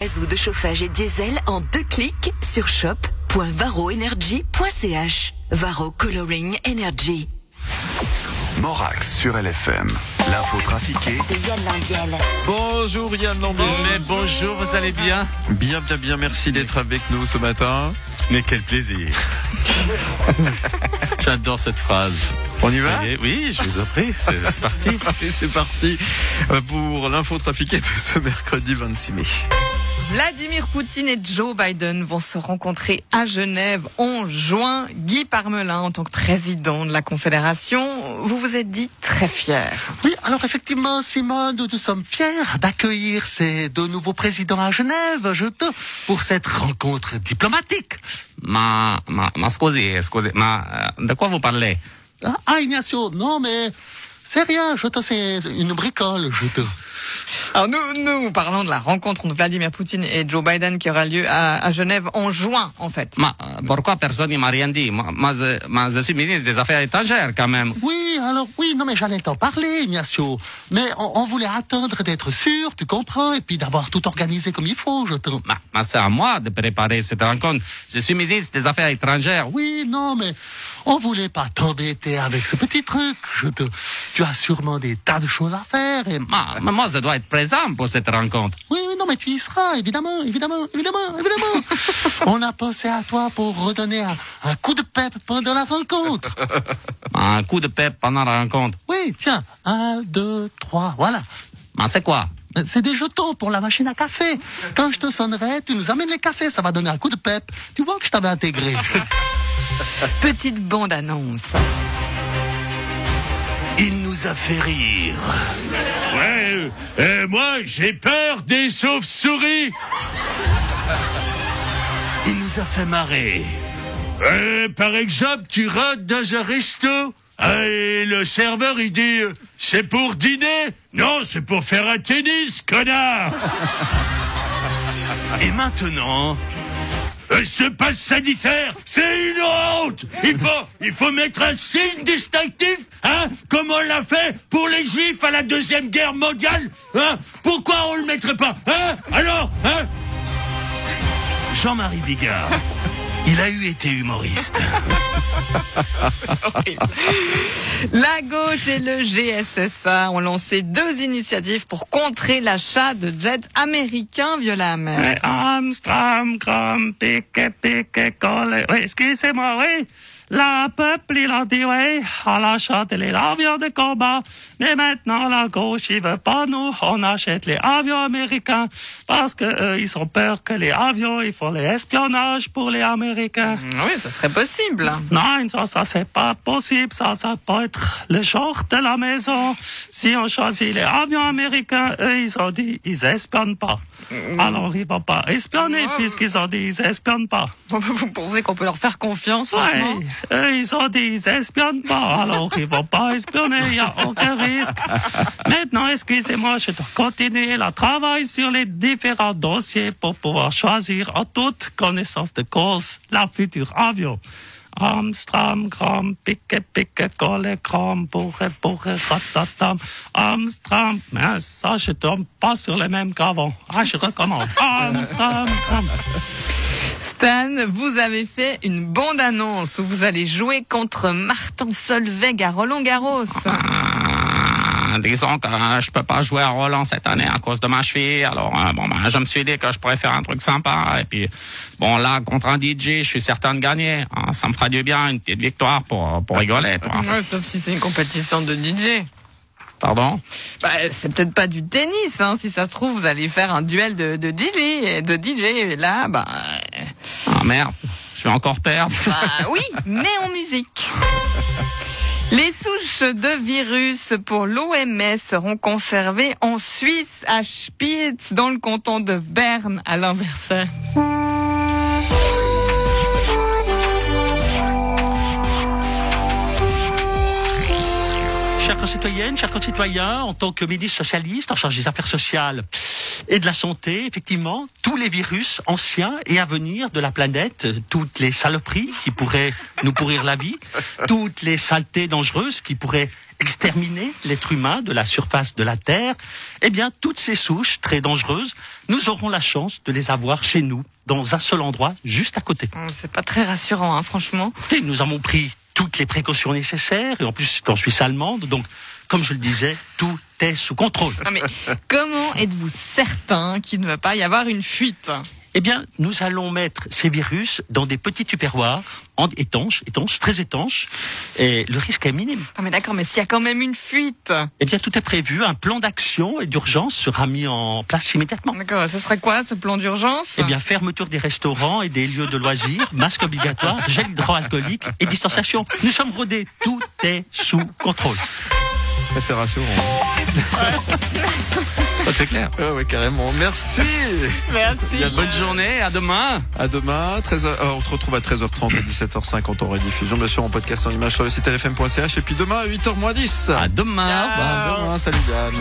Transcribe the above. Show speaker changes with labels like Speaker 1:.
Speaker 1: Réseau de chauffage et diesel en deux clics sur shop.varoenergy.ch. Varo Coloring Energy.
Speaker 2: Morax sur LFM. L'info trafiquée.
Speaker 1: De Yann Lambiel.
Speaker 3: Bonjour Yann Lambier.
Speaker 4: Mais bonjour, vous allez bien
Speaker 3: Bien, bien, bien, merci d'être avec nous ce matin.
Speaker 4: Mais quel plaisir J'adore cette phrase.
Speaker 3: On y va
Speaker 4: Allez, Oui, je vous en prie, c'est c'est parti.
Speaker 3: Allez, c'est parti euh, pour l'info trafiquée de ce mercredi 26 mai.
Speaker 5: Vladimir Poutine et Joe Biden vont se rencontrer à Genève en juin. Guy Parmelin, en tant que président de la Confédération, vous vous êtes dit très fier.
Speaker 6: Oui, alors effectivement, Simone, nous, nous sommes fiers d'accueillir ces deux nouveaux présidents à Genève, je te, pour cette rencontre diplomatique.
Speaker 7: Ma, ma, ma scusi, scusi, ma eh, da quoi vous parlez
Speaker 6: Ah, ah, Ignacio, non mais c'est rien, je te, c'est une bricole, je te.
Speaker 5: Alors nous, nous parlons de la rencontre entre Vladimir Poutine et Joe Biden qui aura lieu à, à Genève en juin, en fait.
Speaker 7: Ma eh, pourquoi personne ne m'a rien dit ma, ma, je- ma je suis ministre des Affaires étrangères quand même.
Speaker 6: Oui, alors oui, non mais j'allais t'en parler, Ignacio. Mais on, on voulait attendre d'être sûr, tu comprends, et puis d'avoir tout organisé comme il faut, je te.
Speaker 7: Ma, ma c'est à moi de préparer cette rencontre. Je suis ministre des Affaires étrangères.
Speaker 6: Oui, non mais on voulait pas t'embêter avec ce petit truc, je te. Tu as sûrement des tas de choses à faire et.
Speaker 7: Ma, ma- moi, je dois être présent pour cette rencontre.
Speaker 6: Oui, oui, non, mais tu y seras, évidemment, évidemment, évidemment, évidemment. On a pensé à toi pour redonner un, un coup de pep pendant la rencontre.
Speaker 7: Un coup de paix pendant la rencontre.
Speaker 6: Oui, tiens, un, deux, trois, voilà.
Speaker 7: Ma c'est quoi
Speaker 6: C'est des jetons pour la machine à café. Quand je te sonnerai, tu nous amènes les cafés, ça va donner un coup de pep. Tu vois que je t'avais intégré.
Speaker 5: Petite bande-annonce.
Speaker 2: Il nous a fait rire.
Speaker 8: Ouais, euh, euh, moi j'ai peur des chauves-souris.
Speaker 2: Il nous a fait marrer.
Speaker 8: Euh, par exemple, tu rentres dans un resto ah, et le serveur il dit euh, c'est pour dîner Non, c'est pour faire un tennis, connard.
Speaker 2: Et maintenant,
Speaker 8: Euh, ce passe sanitaire, c'est une honte. Il faut, il faut mettre un signe distinctif, hein Comme on l'a fait pour les Juifs à la deuxième guerre mondiale, hein Pourquoi on le mettrait pas, hein Alors, hein
Speaker 2: Jean-Marie Bigard. Il a eu été humoriste.
Speaker 5: La gauche et le GSSA ont lancé deux initiatives pour contrer l'achat de jets américains via la mer.
Speaker 7: Amstram, cram, pique, pique, colle. Oui, excusez-moi, oui. La peuple, il a dit oui à l'achat des avions de combat. Mais maintenant, la gauche, il veut pas nous. On achète les avions américains parce que eux, ils ont peur que les avions, ils font les espionnages pour les Américains.
Speaker 5: Oui, ça serait possible.
Speaker 7: Non, ça, ça c'est pas possible. Ça, ça peut être le genre de la maison. Si on choisit les avions américains, eux, ils ont dit, ils espionnent pas. Alors, ils vont pas espionner
Speaker 5: Ouais.
Speaker 7: puisqu'ils ont dit, ils espionnent pas.
Speaker 5: Vous pensez qu'on peut leur faire confiance,
Speaker 7: Ouais,
Speaker 5: franchement
Speaker 7: eux, ils ont dit, ils espionnent pas. Alors, ils vont pas espionner. Il y a aucun risque. Maintenant, excusez-moi, je dois continuer le travail sur les différents dossiers pour pouvoir choisir en toute connaissance de cause la future avion. Amstram, cram, pique, pique, colle, cram, bourré, bourré, ratatam. Amstram, mais ça, je tombe pas sur les mêmes qu'avant. Ah, je recommence. Amstram, cram.
Speaker 5: Stan, vous avez fait une bande-annonce où vous allez jouer contre Martin Solveig à Roland-Garros.
Speaker 7: Euh, disons que euh, je peux pas jouer à Roland cette année à cause de ma cheville. Alors euh, bon, ben, je me suis dit que je pourrais faire un truc sympa. Et puis bon là contre un DJ, je suis certain de gagner. Hein, ça me fera du bien une petite victoire pour pour rigoler. quoi.
Speaker 5: Ouais, sauf si c'est une compétition de DJ.
Speaker 7: Pardon.
Speaker 5: Bah, c'est peut-être pas du tennis, hein. Si ça se trouve, vous allez faire un duel de, de DJ, et de DJ, et là, bah, euh,
Speaker 7: Ah merde, je vais encore perdre.
Speaker 5: bah, oui, mais en musique. Les souches de virus pour l'OMS seront conservées en Suisse, à Spitz, dans le canton de Berne, à l'inversaire.
Speaker 9: Chers concitoyennes, chers concitoyens, en tant que ministre socialiste en charge des affaires sociales et de la santé, effectivement, tous les virus anciens et à venir de la planète, euh, toutes les saloperies qui pourraient nous pourrir la vie, toutes les saletés dangereuses qui pourraient
Speaker 6: exterminer l'être humain de la surface de la Terre, eh bien, toutes ces souches très dangereuses, nous aurons la chance de les avoir chez nous, dans un seul endroit, juste à côté.
Speaker 5: Hum, C'est pas très rassurant, hein, franchement.
Speaker 6: Écoutez, nous avons pris toutes les précautions nécessaires, et en plus, c'est en Suisse allemande, donc, comme je le disais, tout est sous contrôle.
Speaker 5: Non, mais comment êtes-vous certain qu'il ne va pas y avoir une fuite Ah,
Speaker 6: Eh bien, nous allons mettre ces virus dans des petits tupperwares en étanches, étanches, très étanches, et le risque est minime.
Speaker 5: Ah mais d'accord, mais s'il y a quand même une fuite,
Speaker 6: Eh bien, tout est prévu, un plan d'action et d'urgence sera mis en place immédiatement.
Speaker 5: d'accord, ce serait quoi ce plan d'urgence
Speaker 6: Eh bien, fermeture des restaurants et des lieux de loisirs, masque obligatoire, gel hydroalcoolique et distanciation. Nous sommes rodés, tout est sous contrôle.
Speaker 3: Ah, C'est rassurant.
Speaker 7: C'est clair.
Speaker 3: Ah Ouais, ouais, carrément. Merci.
Speaker 5: Merci.
Speaker 7: Bonne journée, à demain.
Speaker 3: À demain, 13h, euh, on se retrouve à 13h30 et 17h50 en rediffusion, bien sûr, en 啊 podcast en image sur le site lfm.ch. Et puis demain, à 8h moins 10.
Speaker 7: À demain.
Speaker 3: À demain, salut Yann.